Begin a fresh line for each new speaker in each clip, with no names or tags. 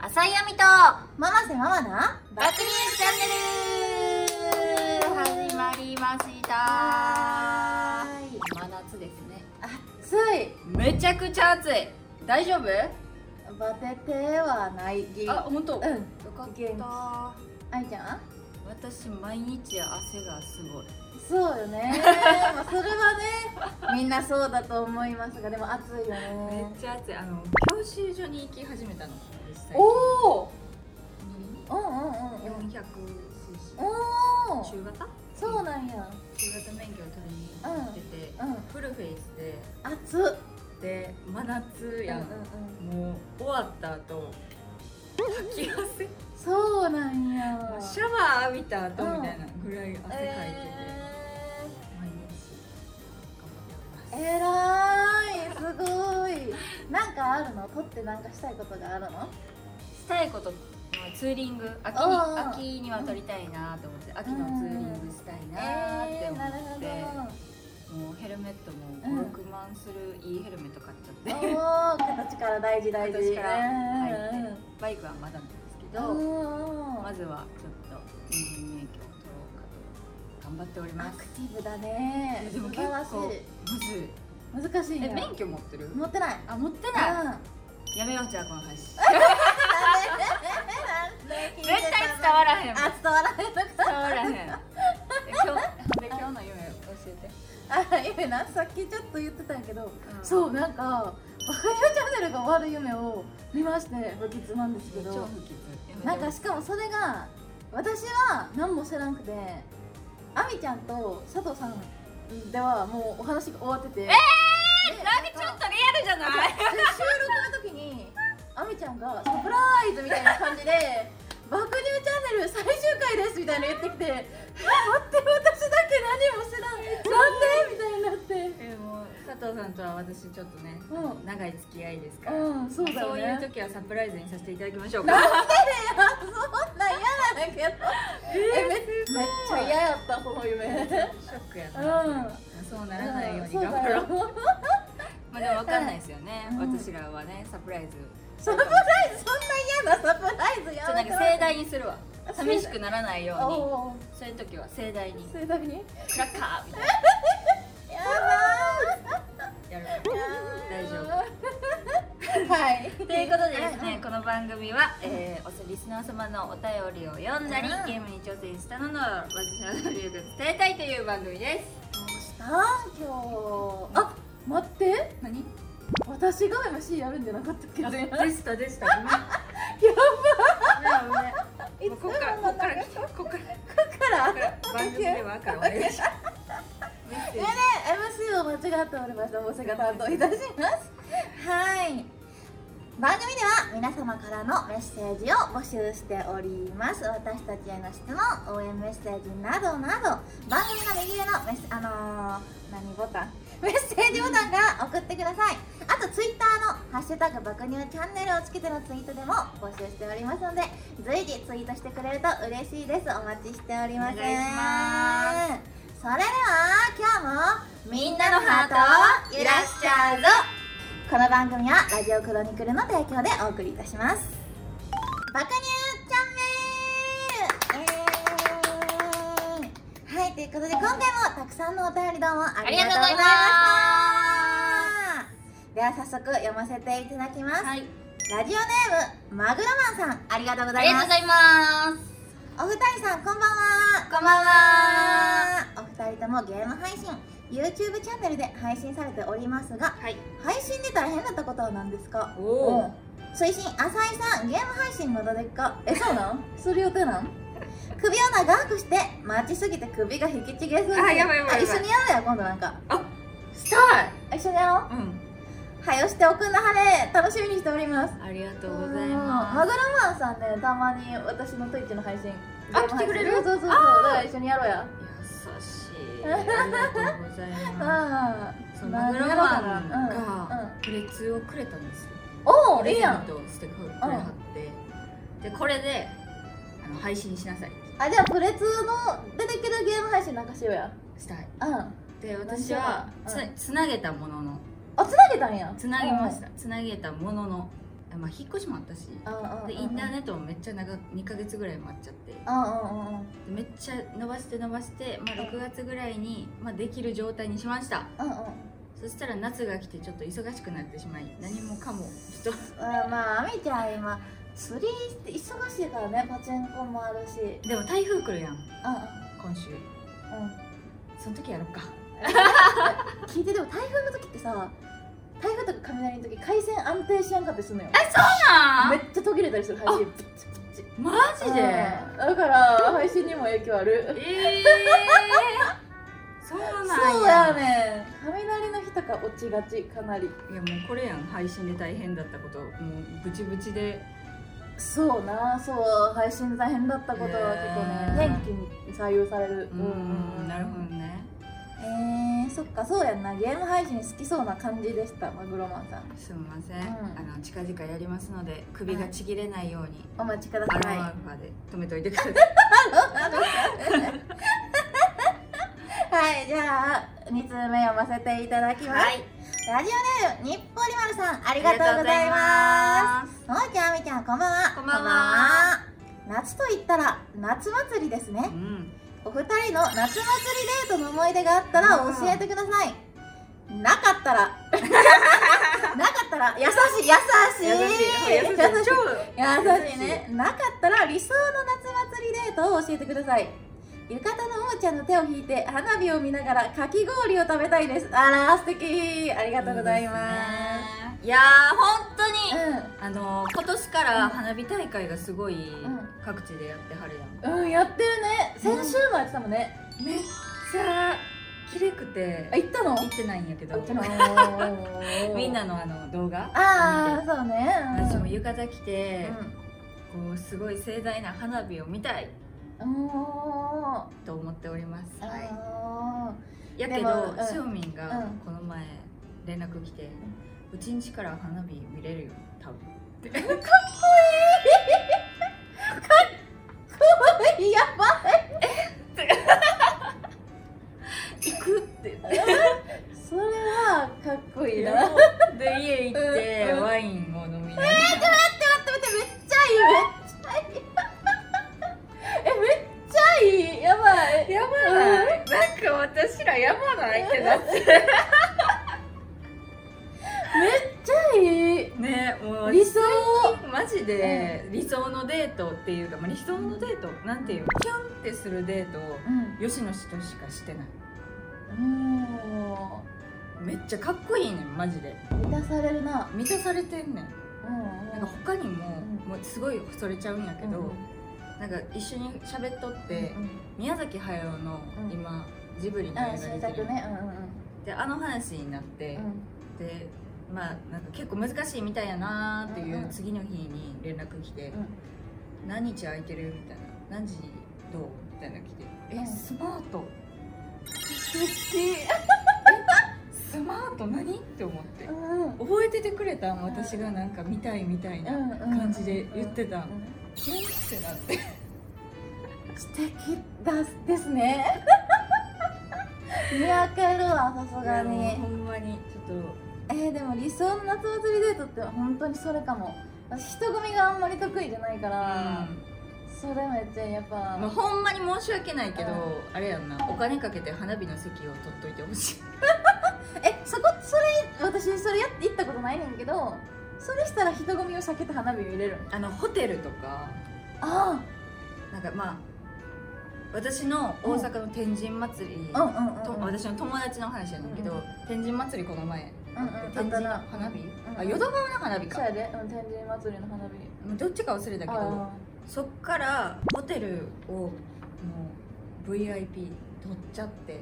浅井亜美と
ママせママな
バックニュースチャンネル始まりました真夏ですね
暑い
めちゃくちゃ暑い大丈夫
バテてはないぎ
あ本当、
うん
よかっ
元気
た
あいちゃん
私毎日汗がすごい
そうよ ねまあそれはねみんなそうだと思いますがでも暑いよ
めっ
ね
ちゃ暑いあの教習所に行き始めたの実際
おおうんうんうんうん
400cc
おお
中型
そうなんや
中型免許を取りに行ってて、
うん
フルフェイスで
暑っ
で真夏
うんうん
や、
うんん
もう終わった後吐き汗
そうなんや
シャワー浴びた後みたいなぐらい汗かいてて、毎日頑張っております
えらいすごいなんかあるの撮ってなんかしたいことがあるの
したいことツーリング秋
おう
に
おう
秋には撮りたいなと思って秋のツーリングしたいなって思
なる
っ
ほ
て、
ど
もうヘルメットも
うん
56万するいいヘルメット買っちゃって、
おお形から大事大事
形から入ってバイクはまだなんですけど、
うん
まずはちょっと人間免許を取ろうかと頑張っており
ア
ま
ク
す
ティブだね
でも
素
結
晴らし
構むずい
い難しい
え
ね
免許持ってる
持ってない
あ持って
うん
ない
なん
やめようじゃあこの配信
で聞いてたの
絶対伝わらへん
あ伝わらへんの
伝
か
わらへんえ今日で今日の夢教えて
あ夢なさっきちょっと言ってたんやけど
うん
そうなんか「バカヤチャンネル」が終わる夢を見まして不吉なんですけ
超
ど
不吉
なんかしかもそれが私は何も知らんくてあみちゃんと佐藤さんではもうお話が終わっててええ
なんかちょっとリアルじゃない
で収録の時にあみちゃんがサプライズみたいな感じで 「爆乳チャンネル最終回です」みたいなの言ってきて「え待って私だけ何も知らんなんで?」みたいになって
えもう佐藤さんとは私ちょっとね、
うん
長い付き合いですから、
うんそうだよ
そういう
ね
時はサプライズにさせていただきましょう
なん
か
でだよそんなん嫌なんだけどえめめっちゃ嫌やったこの夢
ショックやな、そうならないように
そう
頑張
だ
ろう
よ
まあでも分かんないですよね、
うん
私らはねサプライズ
サプライズそんな嫌なサプライズ
ちょっと
や
な
め
ん
て
か盛大にするわ
あ
寂しくならないよ
お
う
お
にそういう時は盛大に
盛大に
クラッカーみたい
やだー
なやるから大丈夫
夫。はい。
ということでですね、
は
この番組は、えー、おリスナー様のお便りを読んだり、
うん
ゲームに挑戦したのの私の能力を伝えたいという番組です
い。どうした今日。あ、待って。
何
私が MC やるんじゃなかったっけど。やばい。
でしたでしたごめんごめんごめん
い
もう
つ
こ
も
っ
な
からこっ
ん
か
からね
こ
から。
っから番組ではからお願いします メッセージ
MC を間違っておりました。申し訳担当いたします。はい。番組では皆様からのメッセージを募集しております。私たちへの質問、応援メッセージなどなど、番組の右上のメッセ、あのー何ボタンメッセージボタンから送ってください。あと、ツイッターのハッシュタグ爆乳チャンネルをつけてのツイートでも募集しておりますので、随時ツイートしてくれると嬉しいです。お待ちしております。
お願いしま
それでは、今日もみんなのハート、いらっしゃいぞこの番組はラジオクロニクルの提供でお送りいたしますバカニューチャンネルイエーイはいということで今回もたくさんのお便りどうもありがとうございましたでは早速読ませていただきます、
はい
ラジオネームマグロマンさんありがとうご
あ
ざ
り
い
が
ま
とう
す
ございます
お二人さんこんばんは
こんばんは
お二人ともゲーム配信 YouTube チャンネルで配信されておりますが
はい
配信で大変だったことは何ですか
お
うん
お
推進浅井さんゲーム配信まだでっかえそうなん する予定なん首を長くして待ちすぎて首が引きちぎれそうに
あやばいやばいやばい
あ一緒にやろうや今度なんか
したい
あ一緒にやろ
うん
うはよしておくんなはれ楽しみにしております
ありがとうご
う
ざい
ん
ま
マグロマンさんねたまに私の Twitch の配信
あ
ゲーム配信
来てくれる
そうそうそうそうだから一緒にやろうや
す優しいありがとうございま
あ
す
あ
そうマグロマンが
う
プレツをくれたんですよ
んうん、おお
プ
い
レ
い
ゼ
や
ン
ん
トしてくれはってでこれであの配信しなさい
あじゃあプレツの出てくるゲーム配信なんかしようや
したい
うん
で私は
うん
つつなげたものの
あつなげたんや
つなげましたつなげたもののまあ、引っ越しもあったし
うんうん
でインターネットもめっちゃ長2ヶ月ぐらい待っちゃってで
うんうんうんうん
めっちゃ伸ばして伸ばして、まあ、
うん
6月ぐらいに、まあ、できる状態にしました
うんうん
そしたら夏が来てちょっと忙しくなってしまい何もかもちょっ
うんまああみちゃん今釣りして忙しいからねパチンコもあるし
とでも台風来るやん
う
今週
んうんうん
その時やろっか
聞いてでも台風の時ってさ台風とか雷の時回線安定しやんかってすんのよめっちゃ途切れたりする配信プチプチ
マジで
うんだから配信にも影響ある
ええー、そうなんや
そうやねん雷の日とか落ちがちかなり
いやもうこれやん配信で大変だったこともうブチブチで
そうなそう配信大変だったことは結構
へ
ね
ー
天気に左右される
うんうんなるほどね
えー、そっかそうやんなゲーム配信好きそうな感じでしたマグロマンさん
すみません、
うん
あの近々やりますので首がちぎれないように、
お待ちくだ
アロ
さい
ンアルファで止めといてください
はいじゃあ2通目読ませていただきます、
はい
ラジオネームにっぽりまるさんありがとうございますすもーちゃんあみちゃんこんばんは
こんばんは
夏と言ったら夏祭りですね
うん
お二人の夏祭りデートの思い出があったら教えてくださいなかった らなかったら優しい優しい
優しい優
優しい
しい超
優しいねなかったら理想の夏祭りデートを教えてください浴衣のおもちゃんの手を引いて花火を見ながらかき氷を食べたいですあら素敵あり
あ
がとうございます
いやー本当に、あのー今年から花火大会がすごい
ん
各地でやってはるやん、
うん、うん、やってるね先週もやってたもんね、
めっちゃ綺麗くて
あ行ったの
行ってないんやけど みんな
の
のあの動画
ああ
見て
そうねうん
私も浴衣着て、
う
こうすごい盛大な花火を見たい
んお
と思っております、
ー
はい
あ
やけ
でも
ど、
うん
しおみんが
うん
この前連絡来て、うちん家から花火見れるよ多分
ー やば
行くって言って
それはかっこいいな待っ
で家行って、
うんうん
ワインを飲みなが
て待ってめっ
ら、
ちゃいいめっちゃいいえめっちゃいいやばい
やばない、なんか私らやばないってなって
めっちゃいい
ねもう
理想
マジで理想のデートっていうか、まあ、理想のデートなんていうキュンってするデートを
うん
吉野氏としかしてない
も
めっちゃかっこいいねんマジで
う満たされるな
満たされてんねん
うん
なんか他にも、
うん
もうすごいそれちゃうんやけど、
うん
なんか一緒に喋っとって、
うん
宮崎駿の
うん
今、ジブリの映
あ
画
新
出て
作
る、
ねうん
であの話になって、
うん
でまあなんか結構難しいみたいやなーってい
うんう
うん次の日に連絡来て、
う
何日空いてるみたいな何時どうみたいなの来て、
う
え
ん
スマート
素敵
スマート何って思って
うんうん
覚えててくれたん私がなんか見たいみたいな感じで言ってた、
うん
キュンってなって
素敵だすですね 見分けるわさすが
いや
に
ほんまにちょっ
えー、でも理想の夏祭りデートって本当にそれかも私人混みがあんまり得意じゃないか
と、
ら、それめっちゃやっぱ、
まあ、ほんまに申し訳ないけど、
うん
あれやんなお金かけて花火の席を取っといてほしい
えそこそれ私それやって行ったことないねんけどそれしたら人混みを避けて花火見れるん
あのホテルとか
あ
なんかまあ私の大阪の天神祭り、
あうんうんうん
と
うん
私の友達の話やねんけど、
うん
天神祭りこの前、
うんうん
天神の
あったな
花火、
ん
あ淀川の花火
そ
か
うやで、うん、天神祭りの花火
もうどっちか忘れたけど
あ
そっからホテルをもう VIP 取っちゃって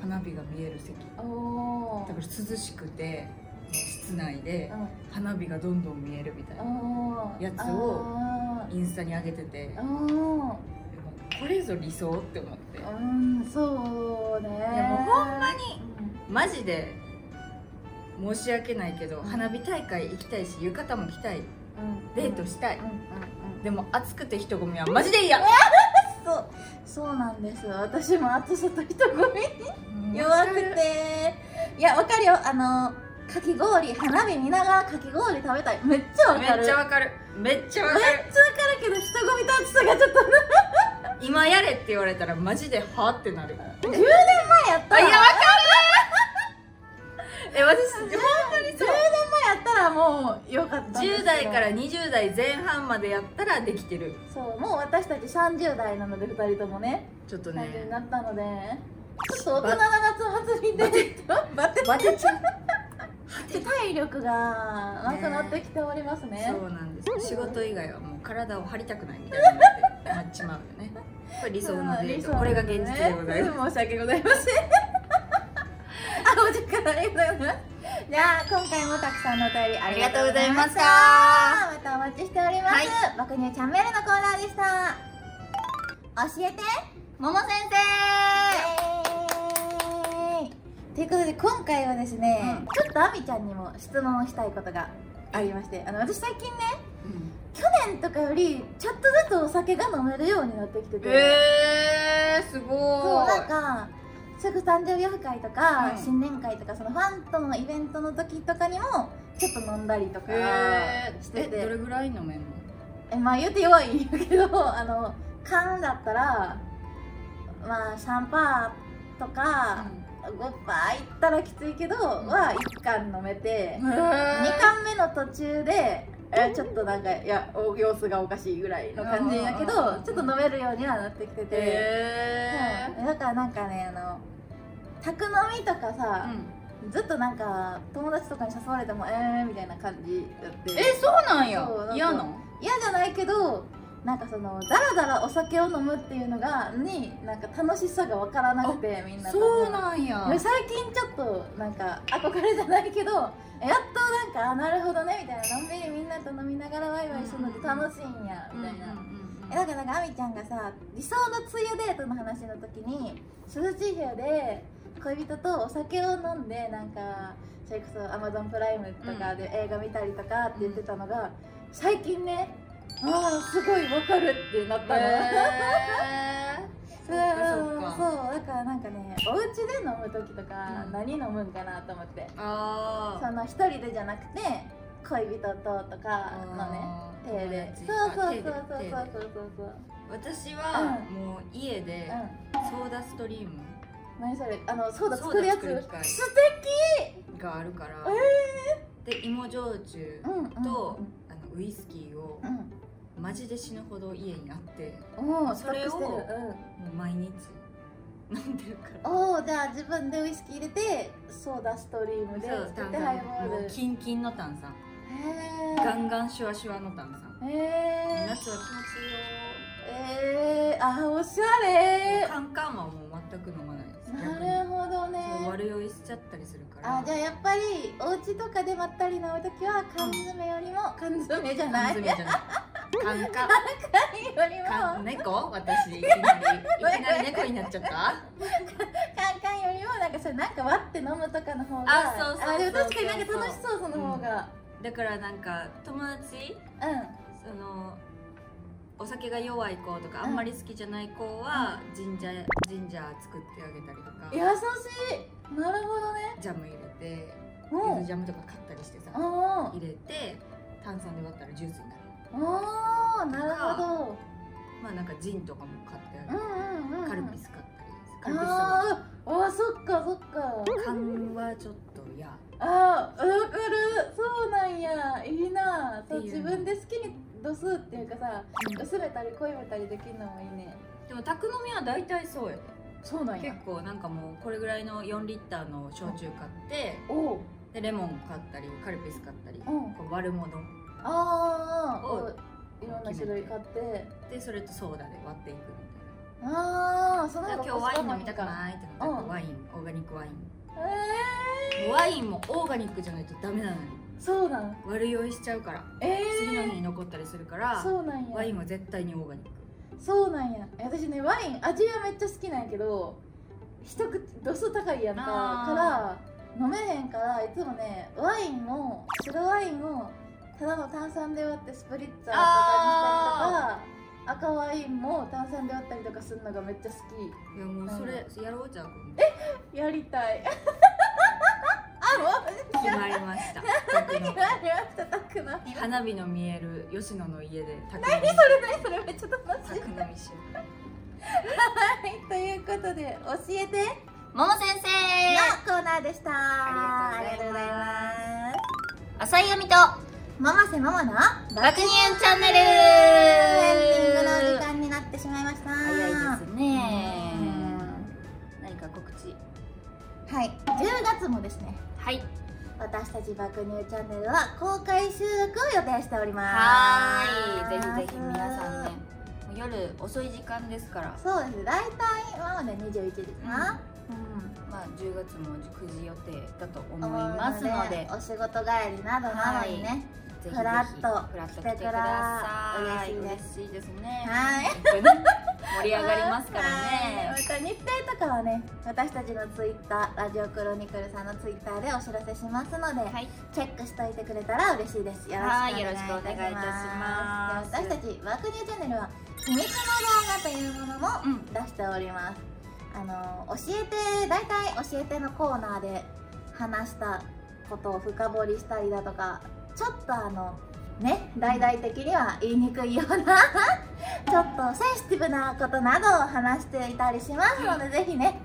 花火が見える席だ
ーお
から涼しくてもう室内で
ー
花火がどんどん見えるみたいな
うんおー
やつを
あ
インスタに上げてて
ーおー
これぞ理想って思って
うんそうね
でもほんまに
う
マジで申し訳ないけど花火大会行きたいし浴衣も着た
ん
い
うん
デートしたい
うんうんうん
でも暑くて人混みはマジで嫌
そうそうなんです私も暑さと人混み
弱
弱
く
く
て
ていやわかるよあのかき氷花火見ながらかき氷食べたいめっちゃわ
め
かる
っちゃわかるめっちゃわ
め
か
っ
る
ちゃわかるけど人混みと暑さがちょっとね
今やれって言われたらマジではってなる
10年 前やった
あ
ら
いやわかるえ私ほんま
10
に
年前やったらもうよかったんですけ
10
ど
代から20代前半までやったらできてる
そうもう私たち30代なので2人ともね
ちょっと
30に
ね
なったのでちょっと大人な夏祭りでバテ
バテちゃう
体力がなくなってきておりますね
そうなんです仕事以外はもう体を張りたくないみたいになってなっちまうよねこれ理想のデートこれが現実でございます
す申し訳ございませんあお時間ありがとうございますじゃあ今回もたくさんのお便りありがとうございましたまたお待ちしております、
はい
爆乳チャンネルのコーナーでした教えて桃先生ということで今回はですね、
うん
ちょっとあみちゃんにも質問をしたいことがありましてあの私最近ね去年とかよりちょっとずつお酒が飲めるようになってきてて、
えー、す
そう
ご
なんかそれこそ誕生日オフ会とか、
うん
新年会とかそのファンとのイベントの時とかにもちょっと飲んだりとか
いえー、
してて、
えどれぐらい飲めんの
えまあ言うて弱いんやけどあの缶だったらまあ3パーとか5パーいったらきついけどは1缶飲めて、
えー
2缶目の途中でえちょっとなんかいやお様子がおかしいぐらいの感じやけど
うんうんうんうん
ちょっと飲めるようにはなってきてて。
え
うんだからなんかねあの宅飲みとか
ー
さ
う、ん
ずっとなんか友達とかに誘われてもえーみたいな感じだって
えそうなんや
そうなんか
嫌なん
嫌じゃないけどなんかそのダラダラお酒を飲むっていうのがになんか楽しさが分からなくてみんなと
そうなんや
で最近ちょっとなんか憧れじゃないけどやっとなんかあなるほどねみたいなのんびりみんなと飲みながらワイワイするのって楽しいんやみたいな、えなんかなんかあみちゃんがさ理想の梅雨デートの話の時に涼しい部屋で恋人とお酒を飲んでなんかそれこそアマゾンプライムとかで映画見たりとかって言ってたのが、最近ねああすごいわかるってなったの、
えー、 そっかそっか
そうだからなんかねお家で飲む時とか、
うん
何飲むんかなと思って
あ
その一人でじゃなくて恋人ととかのね
あ
手でそう
友
そう
達
そうそう
手で
そうそう
手で
そうそう
私はもう家で
うん
ソーダストリーム
何それあのソーダ作るやつ
ソーダ作る機械
素
があるから
え
で芋焼酎
敵うんうん
とあのウイスキーを
う
マジで死ぬほど家にあって
んおお
それを
ストックしてる
もう毎日飲んでるか
う
ら
んおおじゃあ自分でウイスキー入れてソーダストリームで
そう
作っ
炭
てハイボ
酸も
ー
う
ル
キンキンの炭酸ガンガンシュワシュワの炭酸
へえへ
夏は気持ちいいよ
ええー、あおしゃれ
カンカンはもう全く飲まないです逆に
なるほどね
そう悪酔いしちゃったりするから
あじゃあやっぱりお家とかでまったり飲むときは缶詰よりも缶詰じゃ
缶
ない
詰じゃないカンカン
よりも
か
缶
猫私いきなりいきなり猫になっちゃった
缶よりもなんかそれなんか割って飲むとかの方が
あそうそうそうそう
あでも確かになんか楽しそうその方が
だからなんか友達
うん
そのお酒が弱い子とかあんまり好きじゃない子はジンジャージンジャー作ってあげたりと
優
か
しいなるほどね
ジャム入れてゆ
う
ず
ん
ジャムとか買ったりしてさ
あ
入れて炭酸で割ったらジュースになる
あなるほど
まあなんかジンとかも買ってあ
う
げ
んうんうん
るカルピス買ったりカルピスとか
あーあーそっかそっか
缶はちょっといや
あーわかるそうなんやいいなそう
っていう
自分で好きに度数っていうかさ
うん
薄めたり濃いめたりできるのもいいね
でも宅飲みは大体そうやで
そうなん
結構なんかもうこれぐらいの4リッターの焼酎買って
おおう
でレモン買ったりカルピス買ったりこ
うん
う割るもの
ああ
お
おういろんな種類買って
でそれとソーダで割っていくみ
ああその
たいな
方
今
が
日ワイン飲みたく
い
ないってなったらワインオーガニックワイン
ええ
ワインもオーガニックじゃないとダメなのに
ー、そうなん
悪酔いしちゃうから
ええ
次の日に残ったりするから
そうなんや
ワインは絶対にオーガニック
そうなんや私ねワイン味はめっちゃ好きなんやけど一口度数高いやんかか
あ
ら飲めへんからいつもねワインを白ワインをただの炭酸で割ってスプリッツァーとかにしたりとか赤ワインも炭酸で割ったりとかするのがめっちゃ好
いやもうそれやろうじゃん今度
きやりたい あもう
決まりました拓の
たくの日
花火の見える吉野の家で拓
何それ何それめっちゃ楽しい
拓のみしよう
はい、ということで教えてもも先生のコーナーでした
ありがとうござい
ます浅井由美とママせママの爆乳チャンネルエンディングの時間になってしまいました
早いですね
うん
何か告知
はい、10月もですね
はい
私たち爆乳チャンネルは公開収録を予定しております
はーいぜひぜひ皆さんねもう夜遅い時間ですから、
そうです大体今まで21時かな、
うんまあ、10月も9時予定だと思い
思い
ますので
お仕事帰りなどなどにね、
ぜひぜひ
ふらっと
ふらっと来
来て
て
く
く
だ
だ
さ
さ
い
い
嬉しいです
嬉しいですね
はい
本当に盛り上がりますから
は
ね
いまた日程とかはね私たちのツイッターラジオクロニクルさんのツイッターでお知らせしますので、
はい
チェックしておいてくれたら嬉しいですよ
はい
ろしくお願いいたします
よろしくお願いい
で私
たします
たちワークニューチャンネルは秘密の動画というものも
うん
出しております、あの教えて大体教えてのコーナーで話したことを深掘りしたりだとかちょっとあのね大々的には言いにくいようなちょっとセンシティブなことなどを話していたりしますので、ぜひね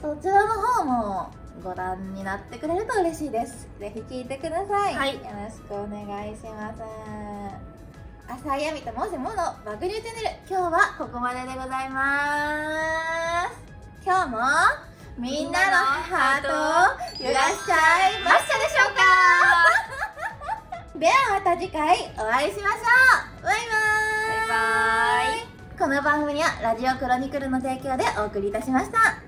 そちらの方もご覧になってくれると嬉しいですぜひ聞いてください、
はい
よろしくお願いします浅井亜美ともせもの爆乳チャンネル今日はここまででございます今日もみんなのハートを揺らしちゃいましたでしょうかではまた次回お会いしましょうバイバ
バイ
イ
バーイ
この番組はラジオクロニクルの提供でお送りいたしました